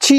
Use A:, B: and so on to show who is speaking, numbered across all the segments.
A: 企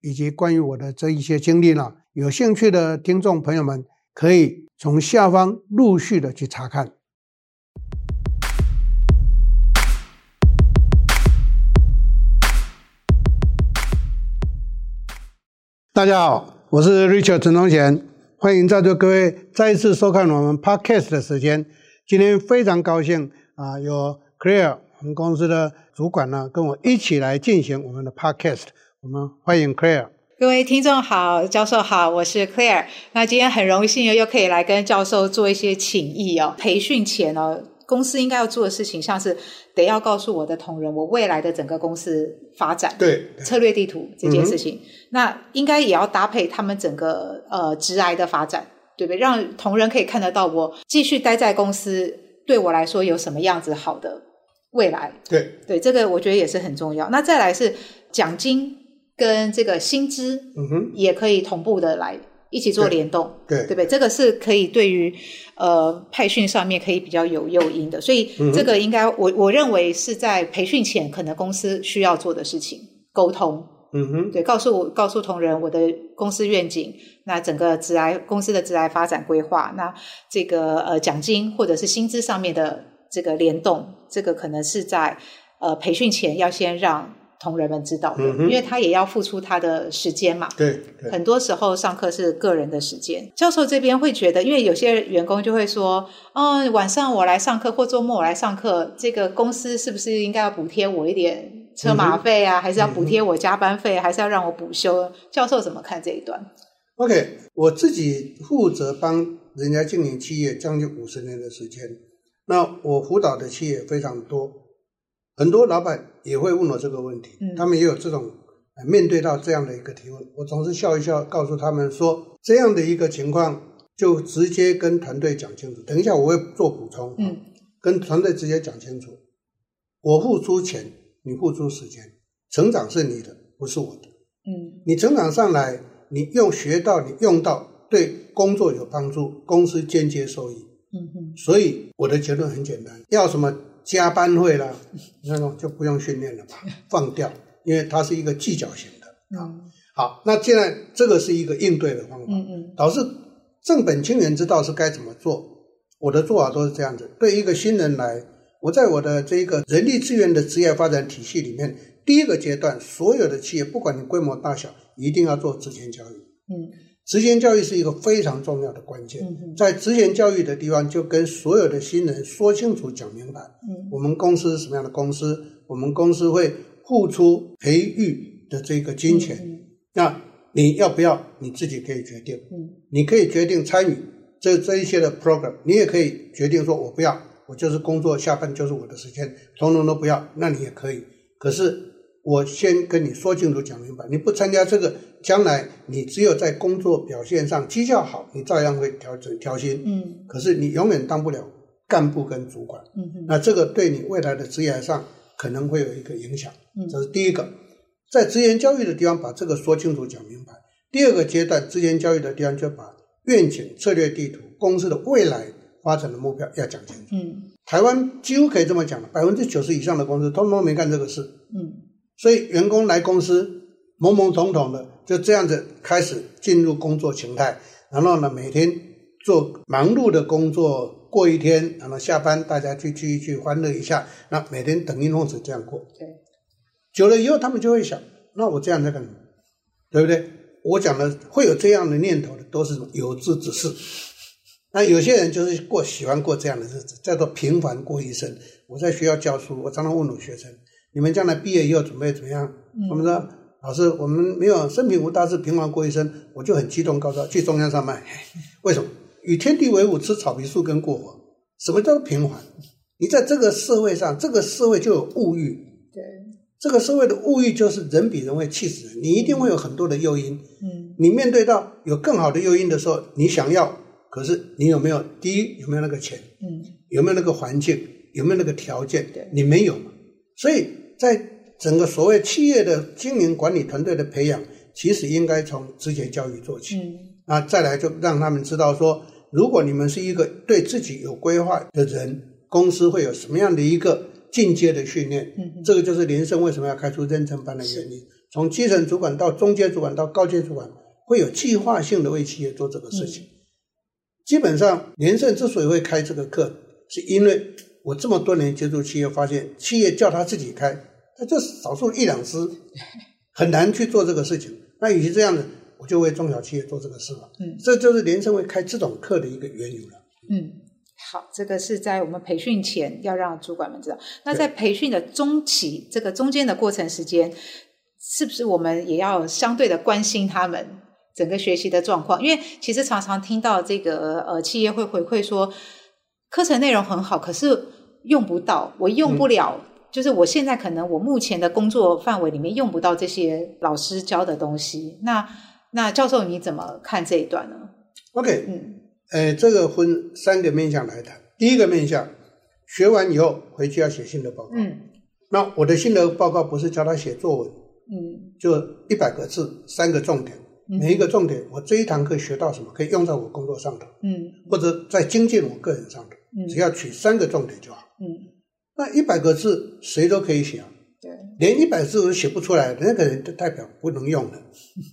A: 以及关于我的这一些经历呢。有兴趣的听众朋友们，可以从下方陆续的去查看。大家好，我是 Richard 陈忠贤，欢迎在座各位再一次收看我们 Podcast 的时间。今天非常高兴啊、有 Clear 我们公司的主管呢跟我一起来进行我们的 Podcast，我们欢迎 Clear。
B: 各位听众好，教授好，我是 Claire。那今天很荣幸又可以来跟教授做一些请益哦。培训前哦，公司应该要做的事情，像是得要告诉我的同仁，我未来的整个公司发展
A: 对，
B: 策略地图这件事情，那应该也要搭配他们整个呃职涯的发展，对不对？让同仁可以看得到我继续待在公司对我来说有什么样子好的未来。
A: 对，
B: 对，这个我觉得也是很重要。那再来是奖金跟这个薪资
A: 嗯哼，
B: 也可以同步的来一起做联动，
A: 对
B: 对不对？这个是可以对于呃派训上面可以比较有诱因的，所以
A: 嗯
B: 这个应该我我认为是在培训前可能公司需要做的事情，沟通，
A: 嗯哼，
B: 对，告诉我告诉同仁我的公司愿景，那整个职来公司的职来发展规划，那这个呃奖金或者是薪资上面的这个联动，这个可能是在呃培训前要先让同仁们知道的，
A: 嗯哼
B: 因为他也要付出他的时间嘛。
A: 对对
B: 很多时候上课是个人的时间，教授这边会觉得，因为有些员工就会说，嗯，晚上我来上课或周末我来上课，这个公司是不是应该要补贴我一点车马费啊？还是要补贴我加班费？还是要让我补休？教授怎么看这一段？
A: OK，我自己负责帮人家经营企业将近五十年的时间，那我辅导的企业非常多，很多老板也会问我这个问题，
B: 嗯
A: 他们也有这种呃面对到这样的一个提问，我总是笑一笑，告诉他们说这样的一个情况就直接跟团队讲清楚，等一下我会做补充，
B: 嗯，
A: 跟团队直接讲清楚，我付出钱，你付出时间，成长是你的，不是我的。
B: 嗯
A: 你成长上来，你用学到，你用到，对工作有帮助，公司间接受益。
B: 嗯嗯
A: 所以我的结论很简单，要什么加班费啦， 那种就不用训练了吧，放掉，因为它是一个技巧型的。
B: 嗯
A: 好，那现在这个是一个应对的方法。
B: 嗯嗯
A: 导致正本清源之道是该怎么做。我的做法都是这样子。对一个新人来，我在我的这个人力资源的职业发展体系里面，第一个阶段，所有的企业不管你规模大小，一定要做职前教育。
B: 嗯
A: 职前教育是一个非常重要的关键
B: 嗯哼，
A: 在职前教育的地方，就跟所有的新人说清楚、讲明白，
B: 嗯
A: 我们公司是什么样的公司，我们公司会付出培育的这个金钱，
B: 嗯
A: 那你要不要你自己可以决定。
B: 嗯
A: 你可以决定参与这这一些的 program，你也可以决定说我不要，我就是工作下班就是我的时间，统统都不要，那你也可以。可是我先跟你说清楚、讲明白，你不参加这个，将来你只有在工作表现上绩效好，你照样会调整调薪，
B: 嗯
A: 可是你永远当不了干部跟主管。
B: 嗯
A: 那这个对你未来的职业上可能会有一个影响，
B: 嗯
A: 这是第一个。在职前教育的地方把这个说清楚、讲明白。第二个阶段，职前教育的地方就把愿景、策略地图、公司的未来发展的目标要讲清楚。
B: 嗯
A: 台湾几乎可以这么讲了，百分之九十以上的公司通通没干这个事，
B: 嗯
A: 所以员工来公司懵懵懂懂的，就这样子开始进入工作形态，然后呢，每天做忙碌的工作过一天，然后下班大家去聚一聚，欢乐一下，那每天等一弄子这样过，
B: 对
A: 久了以后他们就会想，那我这样在干什么？对不对？我讲的会有这样的念头的，都是有志之士。那有些人就是过喜欢过这样的日子，叫做平凡过一生。我在学校教书，我常常问我学生：你们将来毕业以后准备怎么样？他们说：老师，我们没有生平无大志，平凡过一生。我就很激动，告诉他去中央上班。 为什么？与天地为伍，吃草皮树根过活。什么叫做平凡？你在这个社会上，这个社会就有物欲，
B: 对
A: 这个社会的物欲就是人比人会气死人，你一定会有很多的诱因。
B: 嗯
A: 你面对到有更好的诱因的时候，你想要，可是你有没有？第一，有没有那个钱？
B: 嗯，
A: 有没有那个环境？有没有那个条件
B: 对？
A: 你没有嘛。所以在整个所谓企业的经营管理团队的培养，其实应该从职前教育做起。
B: 嗯，
A: 啊，再来就让他们知道说，如果你们是一个对自己有规划的人，公司会有什么样的一个进阶的训练。
B: 嗯哼
A: 这个就是林森为什么要开出认证班的原因。从基层主管到中阶主管到高阶主管，会有计划性的为企业做这个事情。
B: 嗯
A: 基本上，连胜之所以会开这个课，是因为我这么多年接触企业，发现企业叫他自己开，他就少数一两只，很难去做这个事情。那与其这样子，我就为中小企业做这个事了。
B: 嗯
A: 这就是连胜会开这种课的一个缘由了。
B: 嗯，好，这个是在我们培训前要让主管们知道。那
A: 对
B: 在培训的中期，这个中间的过程时间，是不是我们也要相对的关心他们整个学习的状况？因为其实常常听到这个呃企业会回馈说，课程内容很好，可是用不到，我用不了。就是我现在可能我目前的工作范围里面用不到这些老师教的东西，那那教授你怎么看这一段呢？
A: OK，
B: 嗯
A: 呃，这个分三个面向来谈。第一个面向，学完以后回去要写心得报告。
B: 嗯
A: 那我的心得报告不是教他写作文，
B: 嗯
A: 就一百个字，三个重点，
B: 嗯
A: 每一个重点，我这一堂课学到什么，可以用在我工作上头，
B: 嗯
A: 或者在精进我个人上头，
B: 嗯
A: 只要取三个重点就好。
B: 嗯，
A: 那一百个字谁都可以写啊，
B: 对，
A: 连一百字都写不出来，那个人就代表不能用了，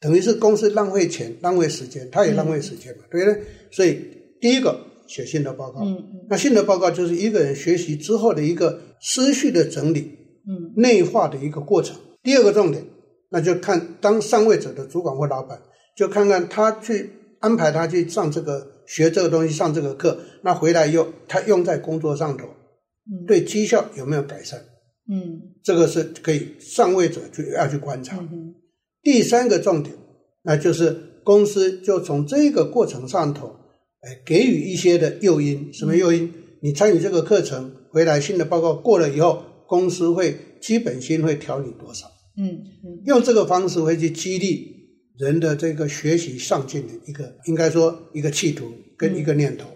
A: 等于是公司浪费钱、浪费时间，他也浪费时间嘛，对不对？所以第一个写心得报告，
B: 嗯
A: 那心得报告就是一个人学习之后的一个思绪的整理，
B: 嗯
A: 内化的一个过程。第二个重点，那就看当上位者的主管或老板，就看看他去安排他去上这个学这个东西，上这个课，那回来以后他用在工作上头，
B: 嗯
A: 对绩效有没有改善？
B: 嗯
A: 这个是可以上位者去要去观察。
B: 嗯哼
A: 第三个重点，那就是公司就从这个过程上头，哎，给予一些的诱因。什么诱因？你参与这个课程，回来新的报告过了以后，公司会基本薪会调你多少？
B: 嗯嗯
A: 用这个方式会去激励人的这个学习上进的一个，应该说一个企图跟一个念头。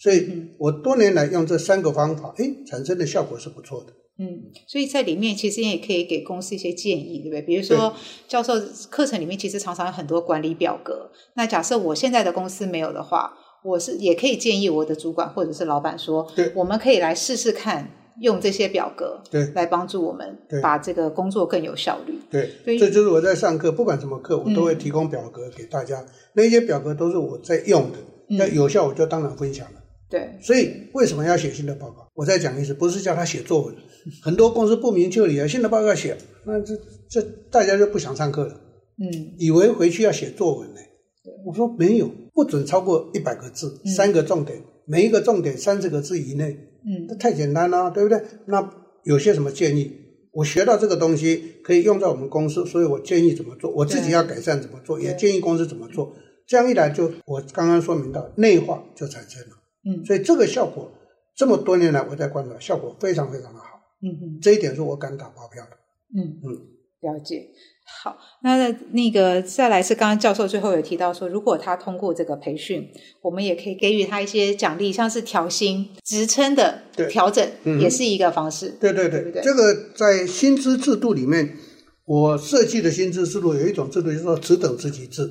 A: 所以我多年来用这三个方法，哎，产生的效果是不错的。
B: 嗯，所以在里面其实也可以给公司一些建议，对不对？比如说，教授课程里面其实常常有很多管理表格，那假设我现在的公司没有的话，我是也可以建议我的主管或者是老板说
A: 对，
B: 我们可以来试试看用这些表格
A: 对
B: 来帮助我们
A: 对
B: 把这个工作更有效率。对
A: 对，这就是我在上课，不管什么课，我都会
B: 嗯
A: 提供表格给大家。那些表格都是我在用的，
B: 嗯
A: 那有效我就当然分享了。
B: 对，
A: 所以为什么要写新的报告？我再讲一次，不是叫他写作文，很多公司不明就里啊，新的报告写，那这这大家就不想上课了，
B: 嗯
A: 以为回去要写作文呢。我说没有，不准超过一百个字，三个重点，每一个重点三十个字以内，
B: 嗯
A: 这太简单了，对不对？那有些什么建议？我学到这个东西可以用在我们公司，所以我建议怎么做，我自己要改善怎么做，也建议公司怎么做。这样一来就，我刚刚说明到内化就产生了，
B: 嗯
A: 所以这个效果这么多年来我在观察，效果非常非常的好，
B: 嗯哼。
A: 这一点是我敢打包票的。
B: 嗯
A: 嗯，
B: 了解。好，那那个再来是刚刚教授最后有提到说，如果他通过这个培训，我们也可以给予他一些奖励，像是调薪、职称的
A: 对
B: 调整，
A: 嗯哼
B: 也是一个方式。
A: 对对
B: 对不
A: 对，
B: 对
A: 这个在薪资制度里面，我设计的薪资制度有一种制度就是说职等职级制，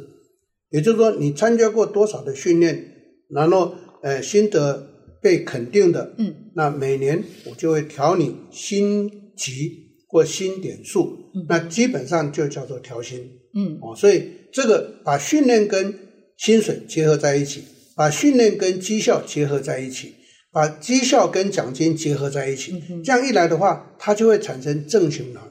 A: 也就是说你参加过多少的训练，然后呃薪得被肯定的，
B: 嗯，
A: 那每年我就会调你薪级或薪点数，那基本上就叫做调薪。
B: 嗯
A: 哦，所以这个把训练跟薪水结合在一起，把训练跟绩效结合在一起，把绩效跟奖金结合在一起，这样一来的话，它就会产生正循环。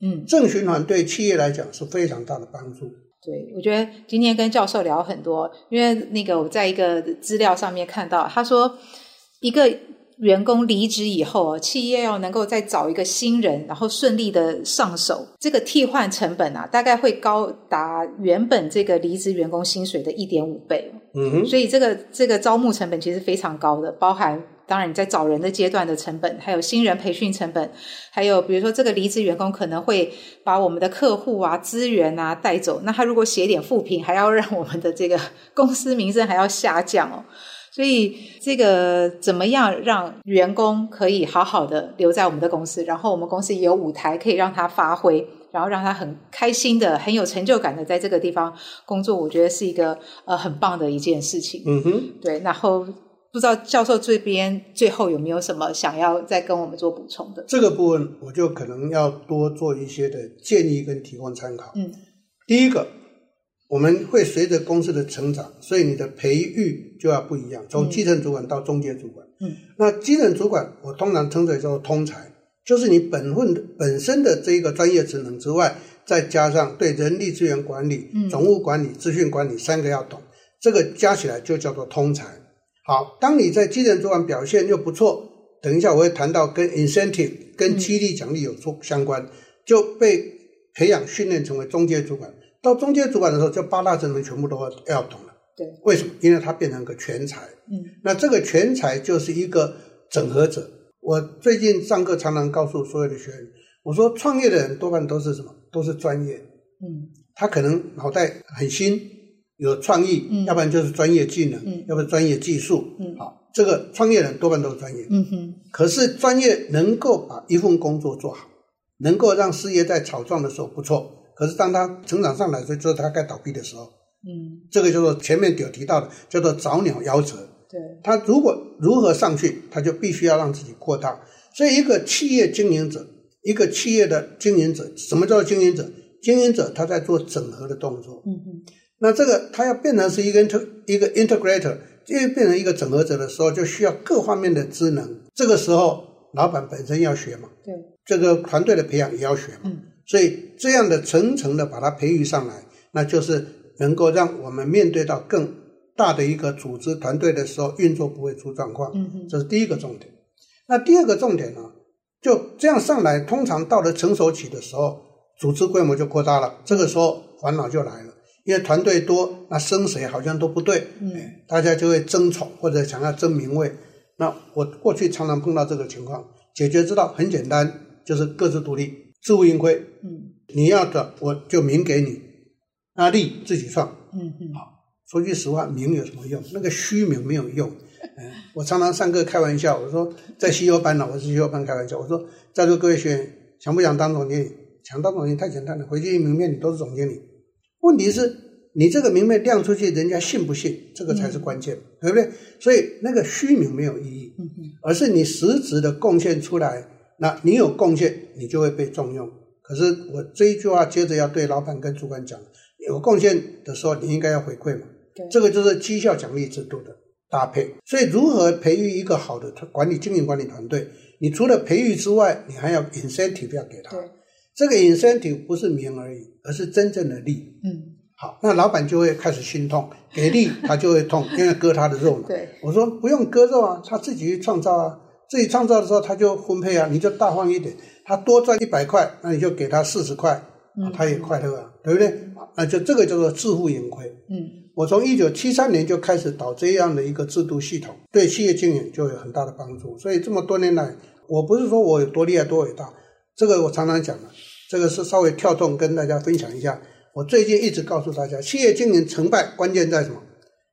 B: 嗯，
A: 正循环对企业来讲是非常大的帮助。
B: 对，我觉得今天跟教授聊很多，因为那个我在一个资料上面看到，他说一个员工离职以后哦，企业要能够再找一个新人，然后顺利的上手，这个替换成本啊，大概会高达原本这个离职员工薪水的一点五倍哦。
A: 嗯哼，
B: 所以这个这个招募成本其实非常高的，包含当然你在找人的阶段的成本，还有新人培训成本，还有比如说这个离职员工可能会把我们的客户啊、资源啊带走，那他如果写点负评，还要让我们的这个 公司名声还要下降哦。所以，这个怎么样让员工可以好好的留在我们的公司？然后我们公司也有舞台可以让他发挥，然后让他很开心的、很有成就感的在这个地方工作，我觉得是一个呃很棒的一件事情。
A: 嗯哼，
B: 对，然后不知道教授这边最后有没有什么想要再跟我们做补充的？
A: 这个部分我就可能要多做一些的建议跟提供参考。
B: 嗯
A: 第一个，我们会随着公司的成长，所以你的培育就要不一样，从基层主管到中介主管。
B: 嗯，
A: 那基层主管我通常称之为叫做通才，就是你本混本身的这一个专业职能之外，再加上对人力资源管理、
B: 嗯
A: 总务管理、资讯管理三个要懂，这个加起来就叫做通才。好，当你在基层主管表现又不错，等一下我会谈到跟 incentive、跟激励奖励有出相关，就被培养训练成为中介主管。到中介主管的时候，这八大职能全部都要懂了。
B: 对，
A: 为什么？因为他变成个全才。
B: 嗯
A: 那这个全才就是一个整合者。我最近上课常常告诉所有的学员，我说创业的人多半都是什么？都是专业，
B: 嗯
A: 他可能脑袋很新，有创意，
B: 嗯
A: 要不然就是专业技能，
B: 嗯
A: 要不然专业技术。
B: 嗯
A: 好，这个创业人多半都是专业，
B: 嗯哼
A: 可是专业能够把一份工作做好，能够让事业在草创的时候不错，可是当他成长上来，所以就是他该倒闭的时候，
B: 嗯，
A: 这个叫做前面有提到的，叫做早鸟夭折。
B: 对，
A: 他如果如何上去，他就必须要让自己扩大。所以，一个企业经营者，一个企业的经营者，什么叫做经营者？经营者他在做整合的动作。
B: 嗯哼
A: 那这个他要变成是一个 inter 一个 integrator，因为变成一个整合者的时候，就需要各方面的职能。这个时候，老板本身要学嘛，
B: 对，
A: 这个团队的培养也要学嘛。
B: 嗯
A: 所以这样的层层的把它培育上来，那就是能够让我们面对到更大的一个组织团队的时候，运作不会出状况。
B: 嗯哼
A: 这是第一个重点。那第二个重点呢，就这样上来，通常到了成熟期的时候，组织规模就扩大了，这个时候烦恼就来了，因为团队多，那生谁好像都不对，
B: 嗯
A: 大家就会争宠或者想要争名位。那我过去常常碰到这个情况，解决之道很简单，就是各自独立，自负盈亏。
B: 嗯
A: 你要的我就名给你，那利自己创。
B: 嗯哼
A: 说句实话，名有什么用？那个虚名没有用。嗯，我常常上课开玩笑，我说在西游班呢，我是西游班开玩笑，我说在座各位学员想不想当总经理？想当总经理太简单了，回去一名片你都是总经理。问题是，你这个名片亮出去，人家信不信，这个才是关键，对不对？所以那个虚名没有意义，
B: 嗯哼
A: 而是你实质的贡献出来，那你有贡献，你就会被重用。可是我这一句话接着要对老板跟主管讲，有贡献的时候，你应该要回馈嘛。
B: 对，
A: 这个就是绩效奖励制度的搭配。所以，如何培育一个好的团管理经营管理团队？你除了培育之外，你还要 incentive 要给他
B: 对。
A: 这个 incentive 不是名而已，而是真正的利。
B: 嗯
A: 好，那老板就会开始心痛，给力他就会痛，因为割他的肉嘛。
B: 对，
A: 我说不用割肉啊，他自己去创造啊，自己创造的时候他就分配啊，你就大方一点，他多赚一百块，那你就给他四十块，啊他也快乐啊，对不对？啊那就这个叫做自负盈亏。
B: 嗯
A: 我从一九七三年就开始导这样的一个制度系统，对企业经营就有很大的帮助。所以这么多年来，我不是说我有多厉害多伟大，这个我常常讲的，这个是稍微跳动跟大家分享一下。我最近一直告诉大家，企业经营成败关键在什么？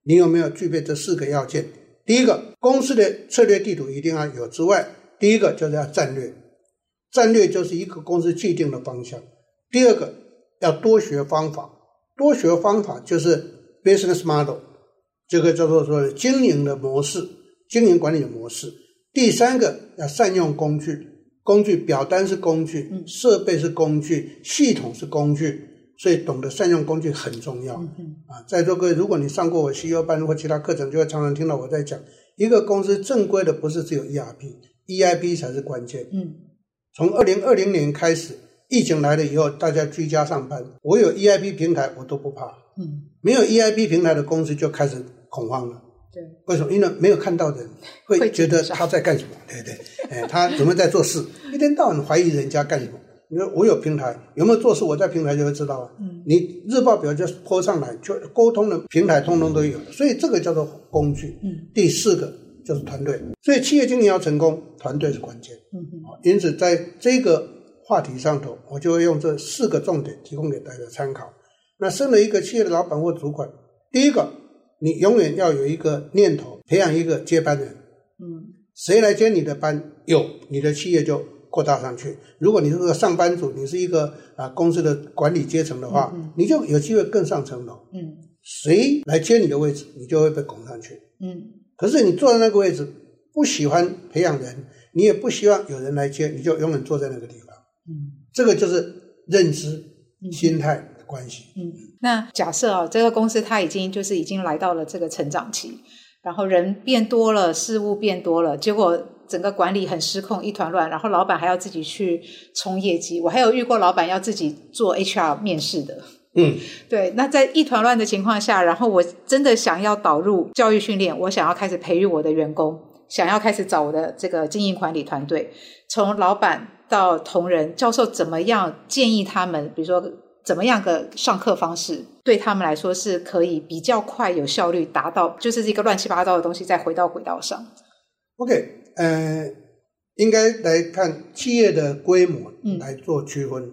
A: 你有没有具备这四个要件？第一个，公司的策略地图一定要有之外，第一个就是要战略，战略就是一个公司既定的方向。第二个，要多学方法，多学方法就是 business model，这个叫做说经营的模式、经营管理的模式。第三个要善用工具，工具表单是工具，设备是工具，系统是工具，所以懂得善用工具很重要。
B: 嗯
A: 啊，在座各位，如果你上过我 CEO 班或其他课程，就会常常听到我在讲，一个公司正规的不是只有 E ERP，EIP 才是关键。
B: 嗯
A: 从二零二零年开始，疫情来了以后，大家居家上班，我有 EIP 平台，我都不怕；
B: 嗯
A: 没有 EIP 平台的公司就开始恐慌了。
B: 对，
A: 为什么？因为没有看到的人会
B: 会
A: 觉得
B: 紧张
A: 他在干什么， 对不对？哎，他有没有在做事？一天到晚怀疑人家干什么？你说我有平台，有没有做事？我在平台就会知道啊。
B: 嗯
A: 你日报表就泼上来，就沟通的平台通通都有，所以这个叫做工具。
B: 嗯
A: 第四个就是团队。所以企业经营要成功，团队是关键。哦
B: 嗯哼，
A: 因此，在这个话题上头，我就会用这四个重点提供给大家参考。那身为一个企业的老板或主管，第一个，你永远要有一个念头，培养一个接班人。
B: 嗯
A: 谁来接你的班，有你的企业就扩大上去。如果你是个上班族，你是一个啊公司的管理阶层的话，你就有机会更上层楼。
B: 嗯
A: 谁来接你的位置，你就会被拱上去。
B: 嗯
A: 可是你坐在那个位置，不喜欢培养人，你也不希望有人来接，你就永远坐在那个地方。
B: 嗯
A: 这个就是认知、
B: 嗯
A: 心态的关系。
B: 嗯。那假设啊，这个公司它已经就是已经来到了这个成长期，然后人变多了，事物变多了，结果。整个管理很失控，一团乱，然后老板还要自己去冲业绩。我还有遇过老板要自己做 HR 面试的，
A: 嗯，
B: 对，那在一团乱的情况下，然后我真的想要导入教育训练，我想要开始培育我的员工，想要开始找我的这个经营管理团队，从老板到同仁、教授，怎么样建议他们，比如说怎么样个上课方式，对他们来说是可以比较快、有效率达到，就是一个乱七八糟的东西再回到轨道上。
A: OK，呃，应该来看企业的规模
B: 嗯
A: 来做区分。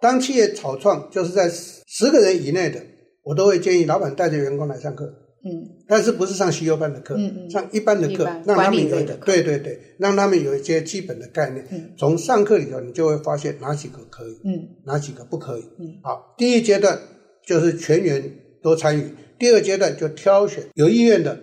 A: 当企业草创，就是在十十个人以内的，我都会建议老板带着员工来上课，
B: 嗯
A: 但是不是上西优班的课，
B: 嗯嗯
A: 上一般的
B: 一
A: 课
B: 般，
A: 让他
B: 管理
A: 们有
B: 类
A: 一
B: 的
A: 个
B: 课
A: 对对对，让他们有一些基本的概念。
B: 嗯
A: 从上课里头，你就会发现哪几个可以，
B: 嗯
A: 哪几个不可以。
B: 嗯
A: 好，第一阶段就是全员都参与，第二阶段就挑选有意愿的、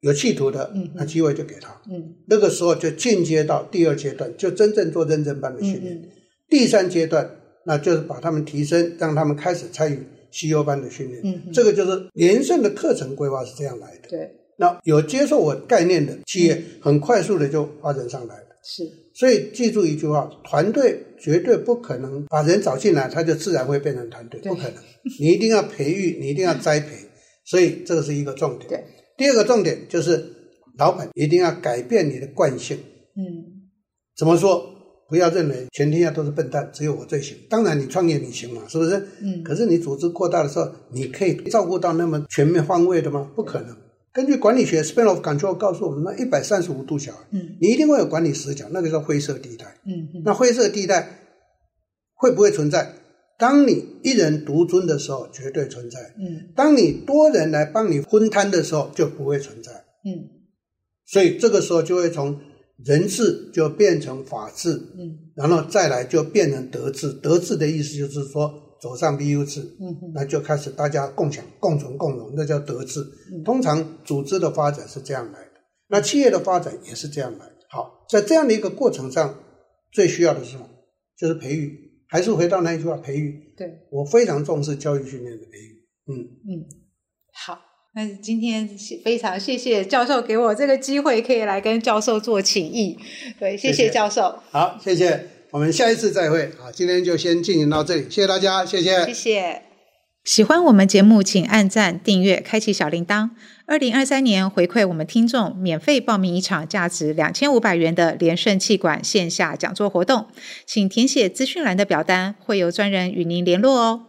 A: 有企图的
B: 嗯嗯，
A: 那机会就给他。
B: 嗯
A: 那个时候就进阶到第二阶段，就真正做认证班的训练。
B: 嗯
A: 第三阶段，那就是把他们提升，让他们开始参与西优班的训练。
B: 嗯嗯
A: 这个就是连胜的课程规划是这样来的。
B: 对，
A: 那有接受我概念的企业，很快速的就发展上来了。
B: 是，
A: 所以记住一句话：团队绝对不可能把人找进来，他就自然会变成团队，
B: 对
A: 不可能。你一定要培育，你一定要栽培，所以这个是一个重点。
B: 对，
A: 第二个重点就是，老板一定要改变你的惯性。
B: 嗯
A: 怎么说？不要认为全天下都是笨蛋，只有我最行。当然，你创业你行嘛，是不是？
B: 嗯
A: 可是你组织扩大的时候，你可以照顾到那么全面换位的吗？不可能。根据管理学 span of control 告诉我们，那一百三十五度角，
B: 嗯
A: 你一定会有管理死角，那个叫灰色地带。
B: 嗯嗯
A: 那灰色地带会不会存在？当你一人独尊的时候，绝对存在；
B: 嗯
A: 当你多人来帮你分摊的时候，就不会存在。
B: 嗯
A: 所以这个时候就会从人治就变成法治，
B: 嗯
A: 然后再来就变成德治。德治的意思就是说走上 BU 制，
B: 嗯
A: 那就开始大家共享、共存、共荣，那叫德治。通常组织的发展是这样来的，那企业的发展也是这样来的。好，在这样的一个过程上，最需要的是什么？就是培育。还是回到那一句话，培育。
B: 对。
A: 我非常重视教育训练的培育。嗯，
B: 嗯，好，那今天非常谢谢教授给我这个机会，可以来跟教授做请益。对，谢
A: 谢
B: 谢
A: 谢
B: 教授，
A: 好，谢谢，我们下一次再会。好，今天就先进行到这里，谢谢大家，谢谢。
B: 谢谢。喜欢我们节目，请按赞、订阅、开启小铃铛。二零二三年回馈我们听众，免费报名一场价值两千五百元的连胜气管线下讲座活动，请填写资讯栏的表单，会有专人与您联络哦。